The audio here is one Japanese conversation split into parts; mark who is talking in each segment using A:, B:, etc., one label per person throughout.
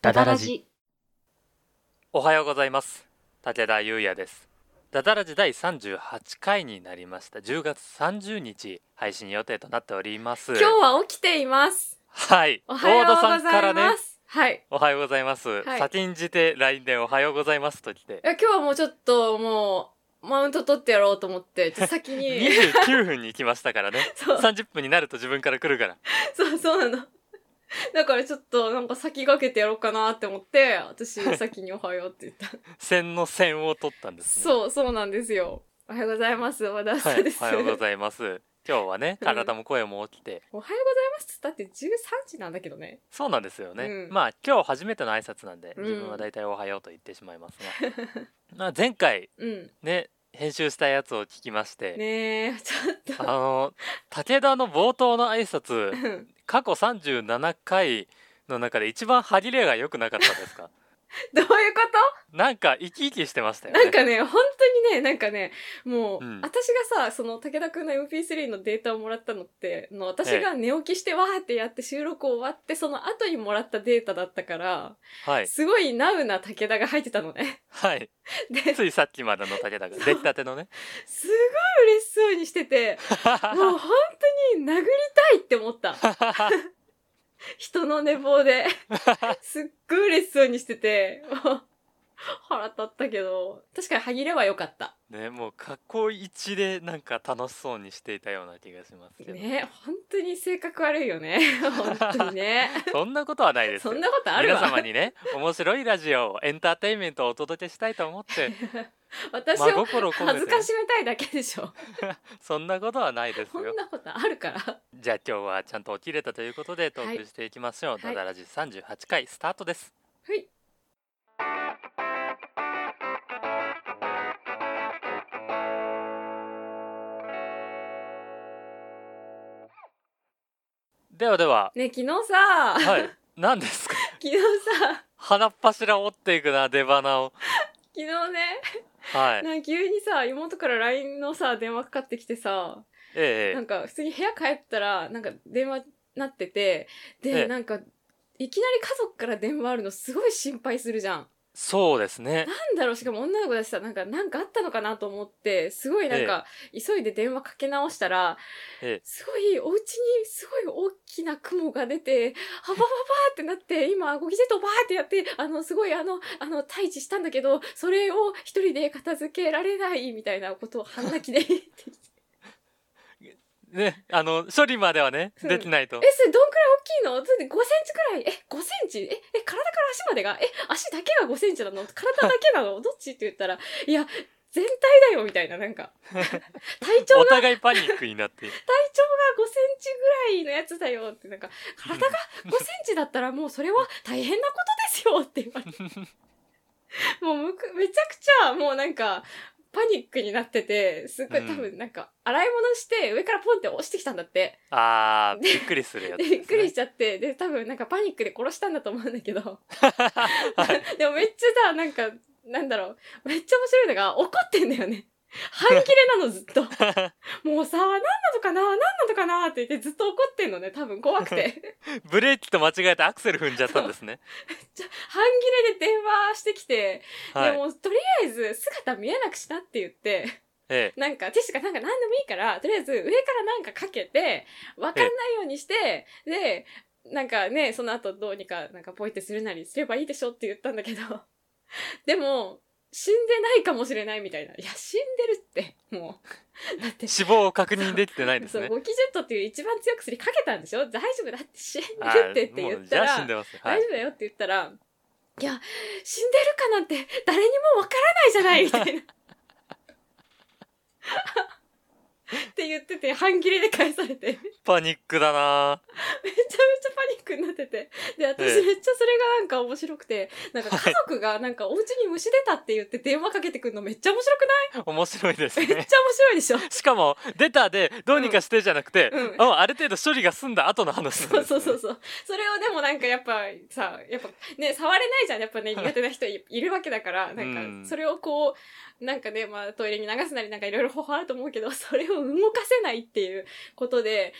A: ダダラジ。
B: おはようございます武田優也ですダダラジ第38回になりました10月30日配信予定となっております
C: 今日は起きています。
B: はい
C: おはようござ
B: 大田
C: い
B: さんから
C: ま
B: ね
C: す。はい。
B: おはようございます、
C: はい
B: 先んじて LINE でおはようございますと来て
C: いや今日はもうちょっともうマウント取ってやろうと思って、ちょっと先 に。
B: 29分に行きましたからね
C: そう
B: 30分になると自分から来るから
C: そうそうなの。だからちょっとなんか先駆けてやろうかなって思って、私先におはようって 言った。
B: 線の線を取ったんです、ね、
C: そうそうなんですよ。おはようございます。和田
B: は
C: さん
B: い
C: です。
B: おはようございます今日はね
C: うん
B: 体も声も起きて、
C: おはようございます。だって13時なんだけどね。
B: そうなんですよね、
C: うん
B: まあ今日初めての挨拶なんで
C: うん
B: 自分は大体おはようと言ってしまいますが、まあ前回
C: うん。
B: ね編集したやつを聞きまして、
C: ねえ、ち
B: あ
C: ょ っと。
B: の武田の冒頭の挨拶
C: うん
B: 過去37回の中で一番歯切れが良くなかったですか
C: どういうこ
B: なんか生き生きしてました
C: と
B: よね
C: なんかね、本当にね、なんかね、も
B: う
C: う、
B: ん
C: 私がさ、その、武田くんの MP3 のデータをもらったのって、の私が寝起きしてわーってやって収録終わって、その後にもらったデータだったから、
B: はい
C: すごいナウな武田が入ってた のね。
B: はい
C: で、
B: ついさっきまでの武田が
C: そう
B: 出来たての ね
C: すごい嬉しそうにして て、もう本当に殴りたいって思った。人の寝坊で。 すっごい嬉しそうにしてて、もう腹立ったけど、確かに歯切れは良かった。
B: ねもう過去一でなんか楽しそうにしていたような気がしますけど、
C: ね本当に性格悪い よね。本当にね。
B: そんなことはないです
C: そ
B: よ
C: んなことある
B: 皆
C: わ。
B: 様にね面白いラジオをエンターテインメントをお届けしたいと思って
C: 私
B: 真
C: を
B: 心を込めて
C: 恥ず
B: ね
C: かしめたいだけでしょ。
B: そんなことはないです
C: こ
B: よ
C: んなことあるから。
B: じゃあ今日はちゃんと起きれたということでトー
C: は
B: ク
C: い
B: していきましょう、
C: い
B: ダダラジ38回スタートです
C: はい。
B: ではで は
C: ね、昨日さ、
B: はい何ですか
C: 昨日さ、
B: 鼻っ柱を折っていくな出鼻を
C: 昨日ね、
B: はい
C: なんか急にさ、妹から LINE のさ、電話かかってきてさ、
B: え
C: な
B: え
C: んか普通に部屋帰ったら、なんか電話なってて、
B: ええ
C: で、なんか、いきなり家族から電話あるのすごい心配するじゃん。
B: そうですね
C: なんだろう、しかも女の子だしさ、なんか、なんかあったのかなと思って、すごいなんか、急いで電話かけ直したら、
B: ええ
C: すごい、お家にすごい大きな雲が出て、あばばばってなって、今、ゴキジェットばーってやって、あの、すごいあの、あの、退治したんだけど、それを一人で片付けられない、みたいなことを半泣きで言ってきて。
B: ねあの処理まではね
C: うん
B: できないと
C: え、それどんくらい大きいのだって5センチくらい。え、5センチえ、え、体から足までがえ、足だけが5センチなの体だけなのどっちって言ったら、いや、全体だよ、みたいな、なんか。体長
B: お
C: が、体長が5
B: 互いパニックになっている
C: センチぐらいのやつだよ、って、なんか、体が5センチだったらもうそれは大変なことですよ、って言われて。もうむく、めちゃくちゃ、もうなんか、パニックになってて、すっごい多分なんか、洗い物して、上からポンって落ちてきたんだって。
B: あーびっくりするやつ
C: で
B: です、ね、
C: びっくりしちゃってで多分なんかパニックで殺したんだと思うんだけどでもめっちゃさなんかなんだろうめっちゃ面白いのが怒ってんだよね半切れなのずっ ともうさ何なのかな何なのかなって言ってずっと怒ってんのね多分怖 くて
B: ブレーキと間違えてアクセル踏んじゃったんですね
C: じゃ半切れで電話してきて、
B: はい
C: でもとりあえず姿見えなくしなって言って
B: え
C: なんか、ティッシュかなんか何でもいいから、とりあえず上からなんかかけて、わかんないようにして、で、なんかね、その後どうにか、なんかポイってするなりすればいいでしょって言ったんだけど、 でも、死んでないかもしれないみたいな。いや、死んでるって、もう。だって
B: え、死亡を確認できてないです
C: そう、
B: ね
C: ゴキジェットっていう一番強い薬かけたんでしょ大丈夫だって死んで
B: あ
C: るってって
B: ーも
C: 言
B: う
C: っ
B: じ
C: た
B: ゃ
C: ら
B: あ、死んでますは
C: 大
B: い
C: 丈夫だよって言ったら、いや、死んでるかなんて誰にもわからない じゃないみたいな。って言ってて、半切れで返されて、めちゃめち
B: パニックだな
C: ゃパニックになってて。で、私めっ
B: ええ
C: ちゃそれがなんか面白くて、なんか家族がなんかお家に虫出たって言って電話かけてくるのめっちゃ面白く
B: ぁ面白いです
C: ないめっちゃ面
B: ね
C: 白いでしょ
B: しかも出たでどうにかしてじゃなくて、
C: うんうん
B: あある程度処理が済んだ後の話なん
C: そう
B: です、ね、
C: そうそうそう。それをでもなんかやっぱさ、やっぱね、触れないじゃん。やっぱね、苦手な人いいるわけだから、な
B: うん
C: んか、それをこう、なんかね、まあトイレに流すなりなんかいろいろ方法あると思うけど、 それを動かせないっていうことで、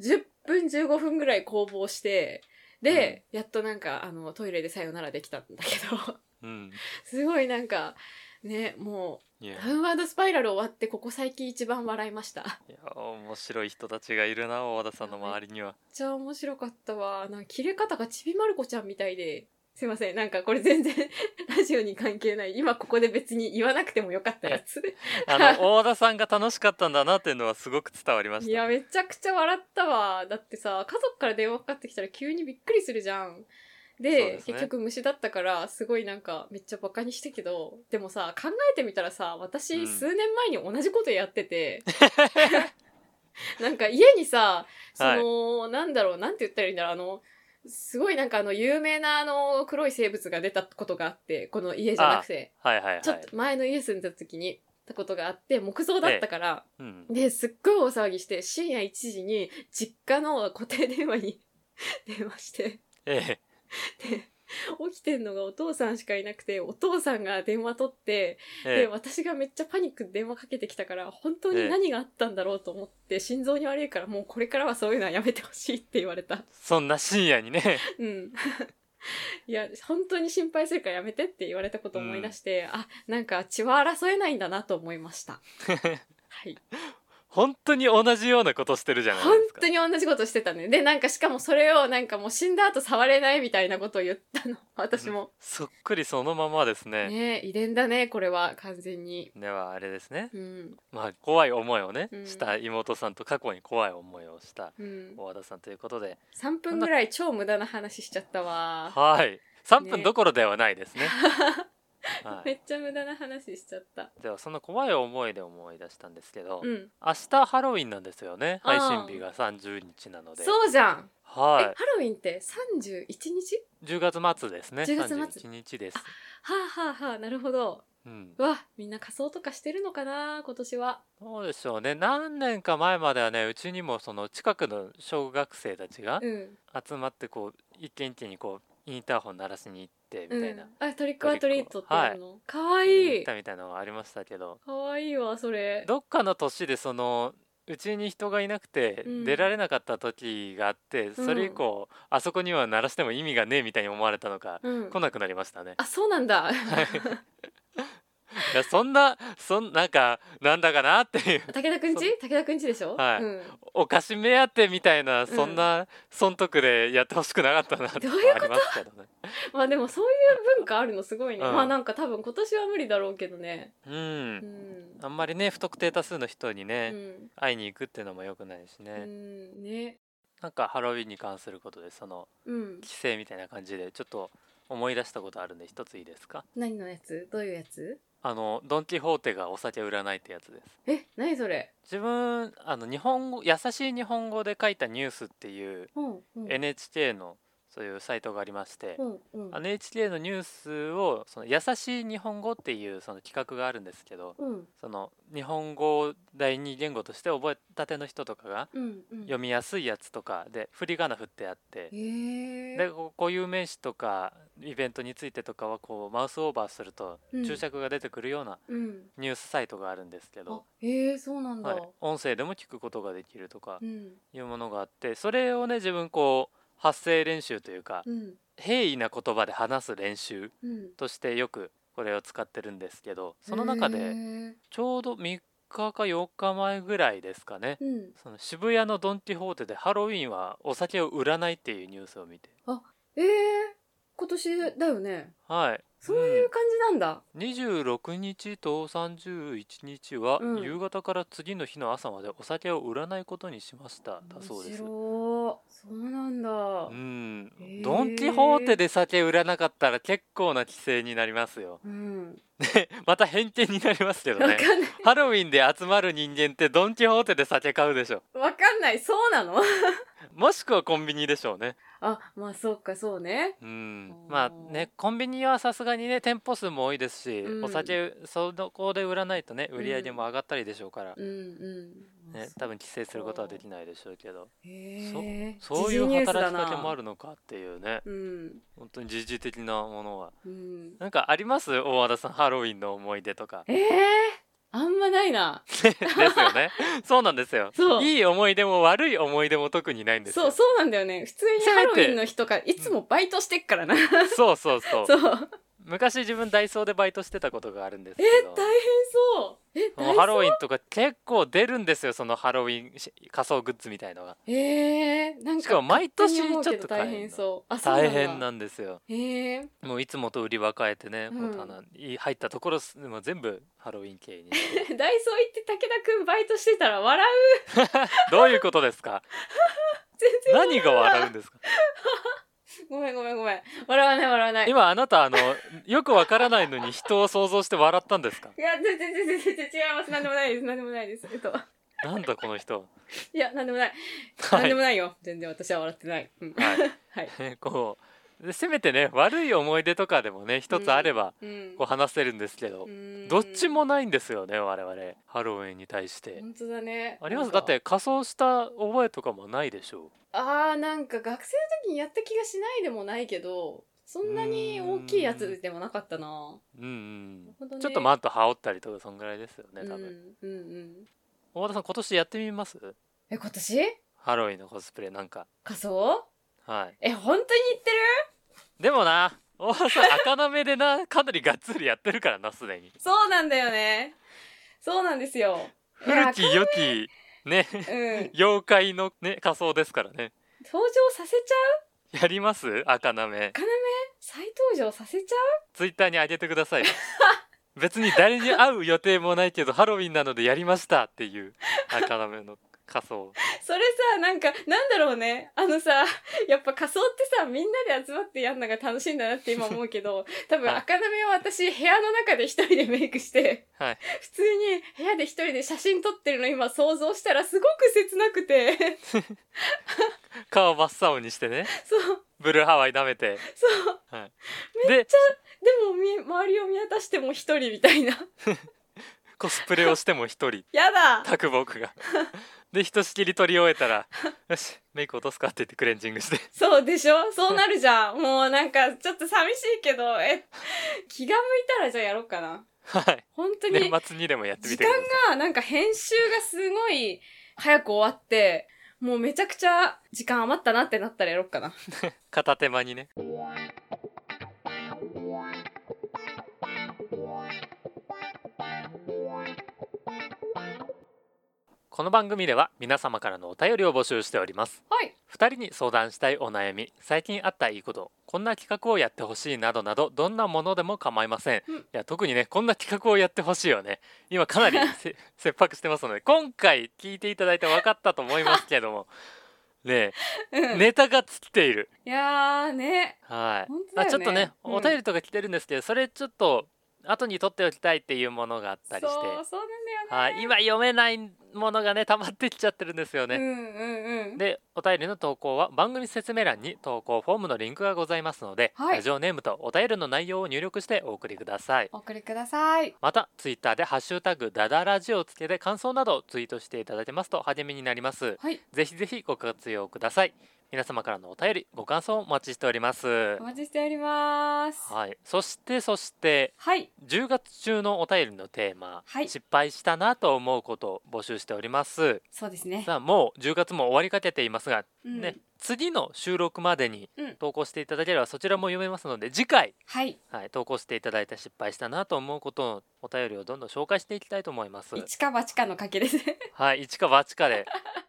C: 10分15分ぐらい攻防して、で、やっとなんかあのトイレでさよならできたんだけど
B: うん。
C: すごいなんかねも
B: いうや
C: ダウンワードスパイラル終わってここ最近一番笑いましためっ
B: いや面白い人たちがいるな大和田さんの周りには。
C: ちゃ面白かったわなんか切れ方がちびまる子ちゃんみたいですいませんなんかこれ全然 ラジオに関係ない今ここで別に言わなくてもよかったやつ
B: あ の大和田さんが楽しかったんだなっていうのはすごく伝わりま
C: い
B: した。
C: やめちゃくちゃ笑ったわだってさ家族から電話かかってきたら急にびっくりするじゃんで
B: そうですね
C: 結局虫だったからすごいなんかめっちゃバカにしたけどでもさ考えてみたらさ
B: う
C: 私
B: ん
C: 数年前に同じことやっ てて、なんか家にさその、なんだろうなんて言ったらいいんだろうあのすごいなんかあの有名なあの黒い生物が出たことがあってこの家じゃなくて
B: はいはいはい。
C: ちょっと前の家住んでた時にたことがあって木造だったから、
B: うん。
C: ですっごい大騒ぎして深夜1時に実家の固定電話に 電話して
B: ええ。
C: で起きてんのがお父さんしかいなくてお父さんが電話取って
B: え
C: で
B: え。
C: 私がめっちゃパニックで電話かけてきたから本当に何があったんだろうと思って心臓に悪いからもうこれからはそういうのはやめてほしいって言われ た
B: そんな深夜にね。
C: うん いや本当に心配するからやめてって言われたことを思い出して、あなんか血は争えないんだなと思いました はい
B: 本当に同じようなことしてるじゃない
C: 本
B: ですか
C: 当。に同じことしてたねでなんかしかもそれをなんかもう死んだ後触れないみたいなことを言 ったの私も、
B: そっくりそのままですね。
C: ねえ遺伝だねこれは完全に
B: ではあれですね。
C: うん
B: まあ怖い思いをね、
C: うん
B: した妹さんと過去に怖い思いをした
C: うん
B: 大和田さんということで、
C: 3分ぐらい超無駄な話しちゃったわ、
B: はい。3分
C: ね
B: どころではないですね。は
C: め
B: い。
C: っちゃ無駄な話しちゃった
B: ではその怖い思いで思い出したんですけど、
C: うん
B: 明日ハロウィンなんですよね。
C: あ
B: 配
C: ー
B: 信日が30日なので。
C: そうじゃん、えハ
B: は
C: ロウィンって31日
B: い。10月末ですね。
C: 10月
B: 31
C: 末
B: 日です。
C: はあはあはあなるほど
B: うん。
C: うわみんな仮装とかしてるのかな今年は
B: どうでしょうね。何年か前まではね、うちにもその近くの小学生たちが
C: うん
B: 集まってこう一軒一軒にこうインターホン鳴らしに行ってみたいな、
C: うん、あトリックアトリートっていうの、かわい
B: 行
C: い
B: ったみたいなのがありましたけど、
C: かわいいわそれ
B: どっかの年でそのうちに人がいなくて
C: うん
B: 出られなかった時があって、それ以降あそこには鳴らしても意味がねえみたいに思われたのか、
C: うん
B: 来なくなりましたね。
C: あそうなんだ
B: いやそんなそんなんかなんだかなっていう
C: 武田くんち武田くんちでしょ
B: はい
C: うん、
B: お菓子目当てみたいなそんな損得でやってほしくなかったなって
C: どう
B: の
C: いう
B: はありますけどね。
C: まあでもそういう文化あるのすごいね、
B: うん
C: まあなんか多分今年は無理だろうけどね
B: うん
C: うん、
B: あんまりね不特定多数の人に
C: う
B: ね、
C: ん
B: 会いに行くっていうのも良くないしね、
C: うん、ね
B: なんかハロウィンに関することでその
C: うん
B: 規制みたいな感じでちょっと思い出したことあるんで一ついいですか
C: 何のやつどういうやつ
B: あのドン・キホーテがお酒売らないってやつです
C: え何それ
B: 自分あの日本語優しい日本語で書いたニュースっていう
C: うんうん
B: NHK のそういうサイトがありまして、
C: うんうん
B: あの NHK のニュースをその優しい日本語っていうその企画があるんですけど
C: うん
B: その日本語を第二言語として覚えたての人とかが
C: うんうん
B: 読みやすいやつとかで振り仮名振ってあって
C: へえ
B: でこうこういう名詞とかイベントについてとかはこうマウスオーバーすると
C: うん
B: 注釈が出てくるような
C: うん
B: ニュースサイトがあるんですけ
C: あ
B: ど、
C: へえそうなんだ、
B: はい、音声でも聞くことができるとか
C: うん
B: いうものがあってそれをね自分こう発声練習というか
C: うん
B: 平易な言葉で話す練習
C: うん
B: としてよくこれを使ってるんですけどその中
C: へ
B: で
C: え
B: ちょうど3日か4日前ぐらいですかね
C: うん
B: その渋谷のドン・キホーテでハロウィンはお酒を売らないっていうニュースを見て
C: ええ今年だよね
B: はい
C: そういう感じなんだ、
B: うん26日と31日は
C: うん
B: 夕方から次の日の朝までお酒を売らないことにしましただそうです
C: 面白いそうなんだ、
B: うん
C: へー
B: ドン・キホーテで酒売らなかったら結構な規制になりますよ
C: うん。
B: また偏見になりますけど
C: わかんな
B: ね
C: い。
B: ハロウィンで集まる人間ってドン・キホーテで酒買うでしょ
C: わかんない。そうなの
B: もしくはコンビニでしょうね
C: あ、まあそうか、そうね。
B: うん
C: おー
B: まあねコンビニはさすがにね店舗数も多いですし、
C: うん
B: お酒そこで売らないとね売り上げも上がったりでしょうから、
C: うんうん。
B: ね、多分規制することはできないでしょうけど
C: へー
B: そういう
C: 時事ニュース
B: 働
C: だ
B: き
C: な
B: かけもあるのかっていうね
C: うん。
B: 本当に時事的なものは
C: うん。
B: なんかあります大和田さんハロウィンの思い出とか
C: えー、あんまないな。
B: ですよねそうなんですよ
C: そう。
B: いい思い出も悪い思い出も特にないんです
C: そ
B: よ
C: う、そうなんだよね。普通に
B: せめ
C: ハ
B: て
C: ロウィンの日 とか、いつもバイトしてっからな。
B: そうそうそう
C: そう。えー、大変
B: 昔自分ダイソーでバイトしてたことがあるんですけど
C: そう。え、
B: も
C: 大
B: うハロウ
C: ウ
B: ィンとか結構出るんですよそのハロウィンし仮装グッズみたいのが
C: ィン。えー、なんか、
B: しかも毎年ちょっと
C: 勝手に思うけど大変そう。あ、そうな
B: 大
C: んだ。
B: 変なんですよ
C: えー、
B: もういつもと売り分かれてね、
C: うん
B: こう棚に入ったところすもう全部ハロウィン系にして
C: ダイソー行って武田くんバイトしてたら笑う。
B: どういうことですか
C: 全然笑
B: 何が笑うんですか
C: う。ごめんごめんごめん。笑わない笑わない。
B: 今あなたあのよくわからないのに人を想像して笑ったんですか
C: いや、全然全然全然違います。なんでもないです。なんでもないです。えっと、
B: なんだこの人
C: いや、なんでもない。
B: は
C: なん
B: い
C: でもないよ。全然私は笑ってない。うん
B: はい
C: はい。
B: ねこうでせめてね悪い思い出とかでもね一つあれば
C: うん
B: こう話せるんですけど、
C: うん
B: どっちもないんですよね我々ハロウィンに対して、
C: 本当だね
B: あります
C: な
B: だ
C: ん
B: って仮装した覚えとかもないでしょ
C: あーなんか学生の時にやった気がしないでもないけどそんなに大きいやつでもなかったな
B: ううん、
C: なるほど
B: うん、
C: ね
B: ちょっとマント羽織ったりとかそんぐらいですよね
C: うん
B: 多
C: うん
B: 分、
C: うん
B: 大和田さん今年やってみます
C: え今年
B: ハロウィンのコスプレなんか
C: 仮装
B: は
C: え本当に言ってる
B: いでもな大和田さん赤なめでなかなりがっつりやってるからなすでに
C: そうなんだよねそうなんですよいや
B: 古き良きね
C: うん
B: 妖怪のね仮装ですからね
C: 登場させちゃう
B: やります赤なめ
C: 金目再登場させちゃう
B: ツイッターに上げてください 別に誰に会う予定もないけどハロウィンなのでやりましたっていう赤なめの仮装
C: それさなんかなんだろうねあのさやっぱ仮装ってさみんなで集まってやんのが楽しいんだなって今思うけど多分
B: はい
C: 赤なめは私部屋の中で一人でメイクして
B: はい
C: 普通に部屋で一人で写真撮ってるの今想像したらすごく切なくて
B: 顔真っ青にしてね
C: そう
B: ブルーハワイ舐めて、
C: そう
B: はい、
C: めっ
B: で
C: ちゃでもみ周りを見渡しても一人みたいな
B: コスプレをしても一人
C: やだ
B: タクボクがでひとしきり取り終えたら「よしメイク落とすか」って言ってクレンジングして
C: そうで しょそうなるじゃんもうなんかちょっと寂しいけどえ気が向いたらじゃあやろうかな
B: はい
C: 本当に
B: 年末にでもやってみ
C: 時
B: て
C: 間
B: ください
C: がなんか編集がすごい早く終わってもうめちゃくちゃ時間余ったなってなったらやろうかな
B: 片手間にねこの番組では皆様からのお便りを募集しております
C: はい
B: 2人に相談したいお悩み最近あったいいことこんな企画をやってほしいなどなどどんなものでも構いません、
C: うん
B: いや特にねこんな企画をやってほしいよね今か なりせ切迫してますので今回聞いていただいて分かったと思いますけど もね
C: う
B: え
C: ん
B: ネタがつっている
C: いやーね
B: はい、
C: 本当
B: ま
C: だ
B: あ
C: よね
B: ちょっとね、
C: うん
B: お便りとか来てるんですけどそれちょっと後に取っておきたいっていうものがあった
C: そう
B: りして
C: そう
B: はい今読めないものがね溜まってきちゃってるんですよ
C: な
B: ね、
C: んだよねうんうんうん
B: でお便りの投稿は番組説明欄に投稿フォームのリンクがございますので、
C: はい
B: ラジオネームとお便りの内容を入力してお送りください
C: お送りください
B: またツイッターでハッシュタグダダラジオをつけて感想などをツイートしていただけますと励みになります
C: はい
B: ぜひぜひご活用ください皆様からのお便りご感想をお待ちしております
C: お待ちしておりますは
B: はいそしてそして
C: い
B: 10月中のお便りのテーマ、
C: はい
B: 失敗したなと思うことを募集しております
C: そうですね
B: さあもう10月も終わりかけていますが
C: うん
B: ね、次の収録までに
C: うん
B: 投稿していただければそちらも読めますので次回、
C: はい
B: はい、投稿していただいた失敗したなと思うことのお便りをどんどん紹介していきたいと思います。
C: 一か八かの賭けですね
B: はい、一か八かで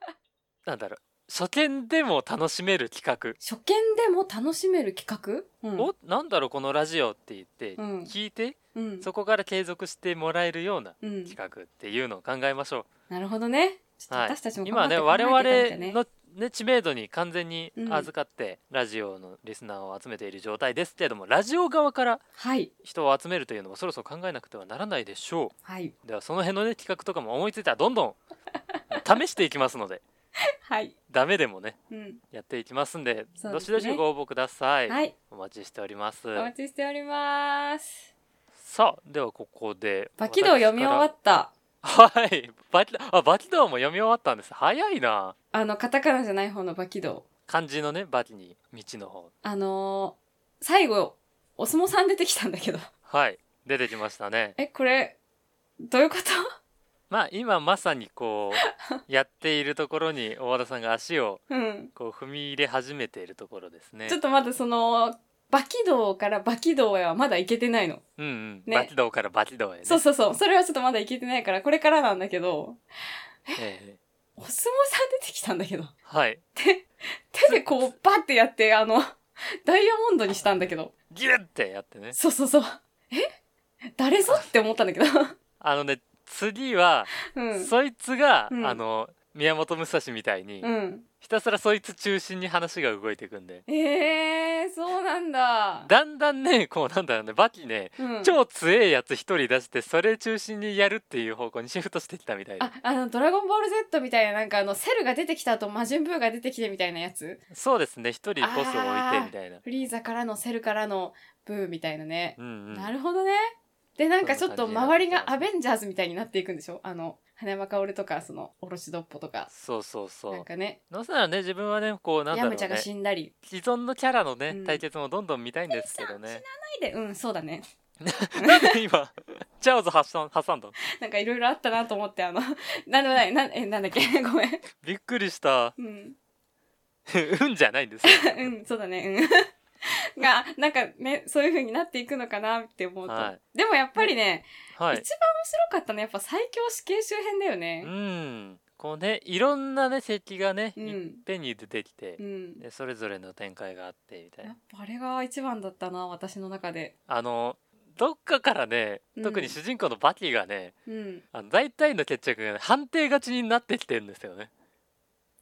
B: なんだろう初見でも楽しめる企
C: 初見でも楽しめる企画
B: 画、
C: うん
B: おなんだろうこのラジオって言って、
C: うん
B: 聞いて
C: うん
B: そこから継続してもらえるような
C: うん
B: 企画っていうのを考えましょ
C: なるほどねちょっ
B: はい
C: と私たち
B: う。
C: も
B: 今ね
C: 頑張っ
B: 我
C: て考
B: 々
C: えていかなきゃね
B: のね、知名度に完全に預かって、ラジオのリスナーを集めている状態ですけれどもラジオ側から
C: はい
B: 人を集めるというのもそろそろ考えなくてはならないでしょ
C: はいう
B: ではその辺のね企画とかも思いついたらどんど ん試していきますので
C: はい
B: ダメでもね
C: うん
B: やっていきますんで
C: そう
B: ど
C: で
B: し
C: すね
B: どしご応募ください、
C: はい
B: お待ちしております
C: お待ちしております。
B: さあではここで
C: バキドを読み終わ
B: っ
C: った。
B: はいバキドあバキドも読み終わったんです早いな
C: あの、カタカナじゃない方のバキド。
B: 漢字のねバキに道の方
C: あのー最後、お相撲さん出てきたんだけど。
B: はい出てきましたね
C: え、これ、どういうこと
B: まあ今まさにこうやっているところに大和田さんが足を
C: うん。
B: こう踏み入れ始めているところですね
C: ちょっとまだその、バキ道からバキ道へはまだ行けてないの。
B: うんうん、
C: ね
B: バキ道からバキ道へね
C: そうそうそう。それはちょっとまだ行けてないから、これからなんだけど、
B: ええ
C: お相撲さん出てきたんだけど。
B: はい
C: 手でこう、バッてやって、あの、 ダイヤモンドにしたんだけど。
B: ギュッてやってね
C: そうそうそう。え誰ぞって思った んだけど。
B: あのね次は、
C: うん。
B: そいつが、
C: うん
B: あの宮本武蔵みたいに、
C: うん。
B: ひたすらそいつ中心に話が動いていくんで
C: えー、そうなんだ。
B: だんだんねこうなんだろうねバキね
C: うん、
B: 超強えやつ一人出してそれ中心にやるっていう方向にシフトしてきたみたい
C: あ
B: な
C: あの「ドラゴンボール Z」みたいななんかあのセルが出てきた後魔人ブーが出てきてみたいなやつ
B: そうですね一人ボスを置いてみたいな
C: フリーザからのセルからのブーみたいなね、
B: うんうん
C: なるほどねでなんかちょっと
B: そんな感
C: 周
B: じ
C: り
B: になって
C: がアベンジャーズみたいになっていくんでしょあの花山薫とかそのオロチドッポとか
B: そうそうそ
C: なん
B: う
C: かね
B: どうせならね自分はねこうなんだ
C: ヤ
B: ろう
C: ムチャが
B: ね
C: 死んだり
B: 既存のキャラのね、
C: うん
B: 対決もどんどん見たいんですけどね
C: ないでうんそうだね
B: なんで今チャオズ挟ん挟んだの
C: なんかいろいろあったなと思ってあの なんでもないなんえなんだっけ ごめん
B: びっくりした
C: うん
B: うんじゃないん です
C: うんそうだねうん がなんかねそういう風になっていくのかなって思うと、
B: は
C: でもやっぱりね、
B: はい
C: 一番面白かったのはやっぱ最強死刑囚編だよ
B: う
C: ね。
B: んこうねいろんなね敵がね、
C: うん
B: いっぺんに出てきて、
C: うん。
B: でそれぞれの展開があってみたい
C: や
B: な
C: っぱあれが一番だったな私の中で。
B: あのどっかからね
C: うん
B: 特に主人公のバキがね、
C: うん。
B: あの大体の決着が、ね、判定勝ちになってきてるんですよね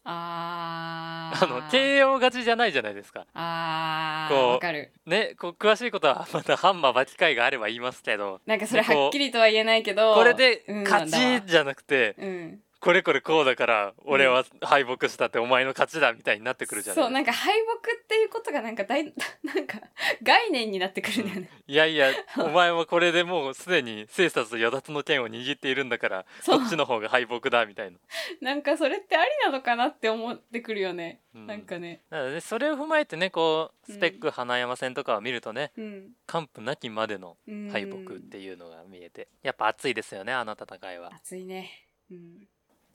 C: あ
B: あ
C: ー。
B: の KO 勝ちじゃないじゃないですか
C: あ
B: こ
C: ー。
B: う
C: わかる。
B: ねこう詳しいことは またハンマーバキ会があれば言いますけど
C: なんかそれはっきりとは言えないけど。
B: これで
C: うん
B: 勝
C: なん
B: ち
C: だ
B: じゃなくて、
C: わうん。
B: これこれこうだから俺は敗北したってお前の勝ちだみたいになってくるじゃない
C: そうなんか敗北っていう ことがなんか大なんか概念になってくるんだよね。
B: いやい やお前はこれでもうすでに生殺と与奪の剣を握っているんだ から
C: そ
B: こ
C: う
B: っちの方が敗北だみたいな、
C: なんかそれってありなのかなって思ってくるよね。
B: う
C: なんかね。
B: だからねそれを踏まえてねこう
C: うん
B: スペック花山戦とかを見るとね
C: うん。
B: 完膚なきまでの
C: うん
B: 敗北っていうのが見えてやっぱ熱いですよねあの戦いは
C: 熱いね。うん。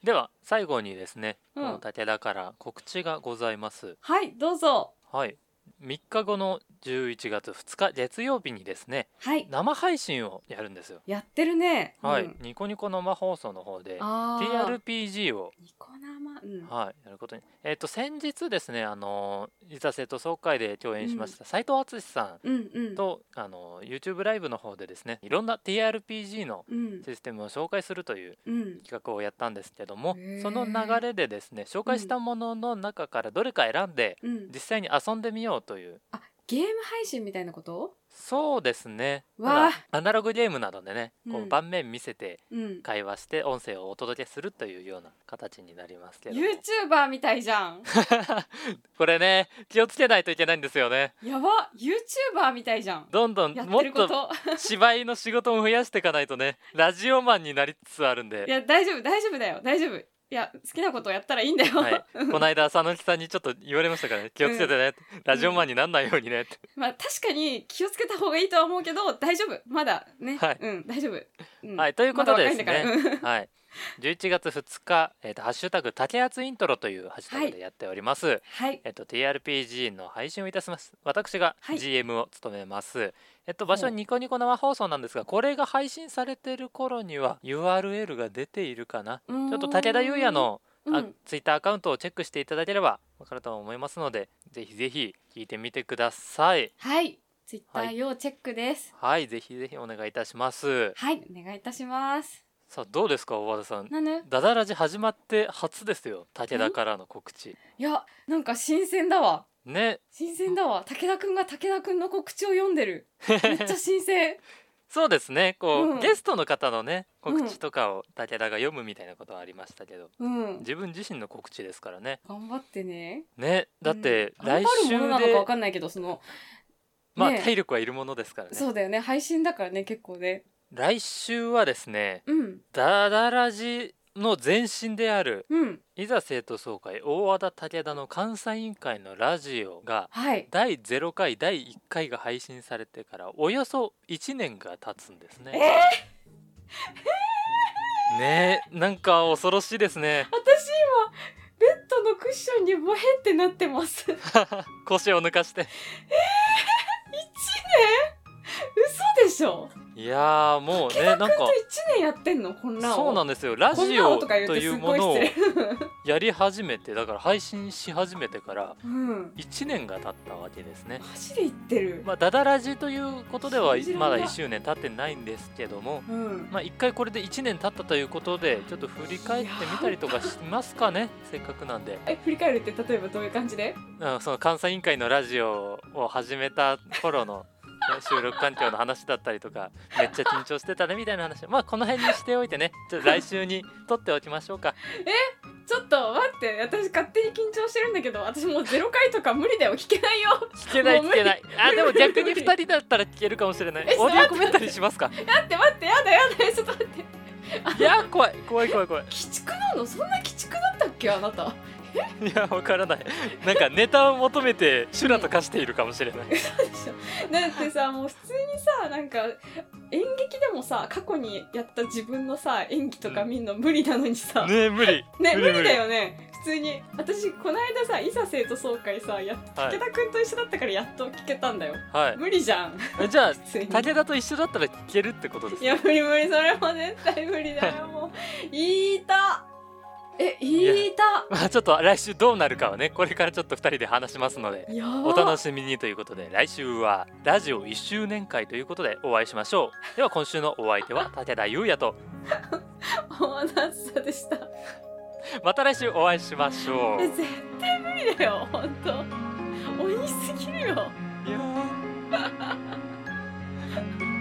B: では最後にですね、
C: うん
B: この武田から告知がございます
C: はいどうぞ。
B: はい3日後の11月2日月曜日にですね
C: はい
B: 生配信をやるんですよ
C: やってるね。
B: はい、
C: うん
B: ニコニコ生放送の方で
C: あー
B: TRPG を、
C: ニコ生、うん、
B: はい、やることにえっ、と先日ですねあの実は生徒総会で共演しました斉藤敦さ
C: うんうん
B: んと、あの YouTube ライブの方でですねいろんな TRPG の
C: うん
B: システムを紹介するという
C: うん
B: 企画をやったんですけども
C: へー
B: その流れでですね紹介したものの中からどれか選んで
C: うん
B: 実際に遊んでみようという
C: あゲーム配信みたいなこと
B: そうですね
C: わあ
B: ただアナログゲームなどでねこ
C: う
B: うん盤面見せて
C: うん
B: 会話して音声をお届けするというような形になりますけども
C: YouTuber みたいじゃん
B: これね気をつけないといけないんですよね
C: やば YouTuber みたいじゃん
B: どんどん
C: やっ
B: もって
C: ることと
B: 芝居の仕事も増やしていかないとねラジオマンになりつつあるん
C: い
B: で、
C: や大丈夫大丈夫だよ大丈夫いや好きなことをやったらいいんだよ、
B: はい、この間佐野木さんにちょっと言われましたからね気をつけてね、ラジオマンになんないようにねって
C: まあ確かに気をつけた方がいいとは思うけど大丈夫まだね、
B: はい
C: うん大丈夫、うん
B: はいということでですね
C: まだ若いんだからうん
B: は い、11月2日、えーと「ハッシュタグ竹圧イントロ」というハッシュタグでやっております、
C: はい
B: えっと、TRPG の配信をいたします私が
C: はい
B: GM を務めます、えっと場所は
C: ほう
B: ニコニコ生放送なんですがこれが配信されてる頃には URL が出ているかな
C: ち
B: ちょ
C: ょ
B: っと武田優也の
C: う
B: あ
C: ん、
B: ツイッターアカウントをチェックしていただければわかると思いますのでぜひぜひ聞いてみてください
C: はいツイッタ
B: は
C: ー
B: い
C: 要チェックです
B: はいぜひぜひお願いいたします
C: はいお願いいたします
B: さあどうですか大和田さん
C: なぬ
B: ダダラジ始まって初ですよ武田からの告知
C: いやなんか新鮮だわ
B: ね
C: 新鮮だわ武田くんが武田くんの告知を読んで るめっちゃ新鮮
B: そうですねこう、
C: うん
B: ゲストの方のね告
C: う
B: 知
C: ん
B: とかを武田が読むみたいなことはありましたけど、
C: うん
B: 自分自身の告知ですからね
C: 頑張ってね
B: ねだって
C: うん
B: 来週で、
C: 頑張るものなのかわかんないけどその
B: まあ
C: ね
B: 体力はいるものですからね
C: そうだよね配信だからね結構ね
B: 来週はですね
C: うん
B: ダダラジの前身である
C: うん
B: いざ生徒総会大和田武田の関西委員会のラジオが
C: はい
B: 第0回第1回が配信されてからおよそ1年が経つんですね。ねえなんか恐ろしいですね
C: 私今ベッドのクッションにボヘってなってます 嘘
B: 腰を抜かして
C: でしょ
B: いやーもうねなんか
C: ほんと1年やってんのこんなを
B: そうなんですよラ
C: こん
B: ジ
C: なを
B: オ
C: とか言っ
B: と
C: て
B: い
C: す
B: う
C: っ
B: も
C: ごい
B: のを
C: 失礼
B: やり始めてだから配信し始めてから
C: うん
B: 1年が経ったわけですね
C: マジで言ってる、
B: まあダダラジということでは
C: 信じら
B: ま
C: れな
B: だ
C: い
B: 1周年経ってないんですけども
C: うん
B: まあ1回これで1年経ったということでちょっと振り返ってみたりとかしますかねせっかくなんで
C: え振り返るって例えばどういう感じで
B: うんその監査委員会のラジオを始めた頃の ね収録環境の話だったりとかめっちゃ緊張してたねみたいな話まあこの辺にしておいてねちょっと来週に撮っておきましょうか
C: ちょっと待って私勝手に緊張してるんだけど私もう0回とか無理だよ聞けないよ
B: 聞けない
C: も
B: 聞
C: う無理
B: けないあでも逆に2人だったら聞けるかもしれない
C: え
B: オーディオコ
C: ちょ
B: メ
C: っ
B: ン
C: と待って
B: タリーしますか
C: 待って待ってやだやだちょっと待って
B: いや怖い怖い怖い怖い
C: 鬼畜なのそんな鬼畜だったっけあなた
B: いやわからないなんかネタを求めて修羅と化しているかもしれない
C: そうでしょだってさもう普通にさなんか演劇でもさ過去にやった自分のさ演技とか見んの無理なのにさ、
B: ね無理
C: ね無理だよね普通に私この間さいざ生徒総会さやっ
B: はい
C: 武田君と一緒だったからやっと聞けたんだよ
B: はい
C: 無理じゃん
B: えじゃあ
C: 普通に
B: 武田と一緒だったら聞けるってことです
C: いや無理無理それも絶対無理だよもう言いたえ言いた
B: まあちょっと来週どうなるかはねこれからちょっと2人で話しますので
C: や
B: お
C: ば
B: 楽しみにということで来週はラジオ1周年会ということでお会いしましょうでは今週のお相手は武田優也と
C: おなさでした
B: また来週お会いしましょう
C: え絶対無理だよ本当鬼すぎるよ
B: いやー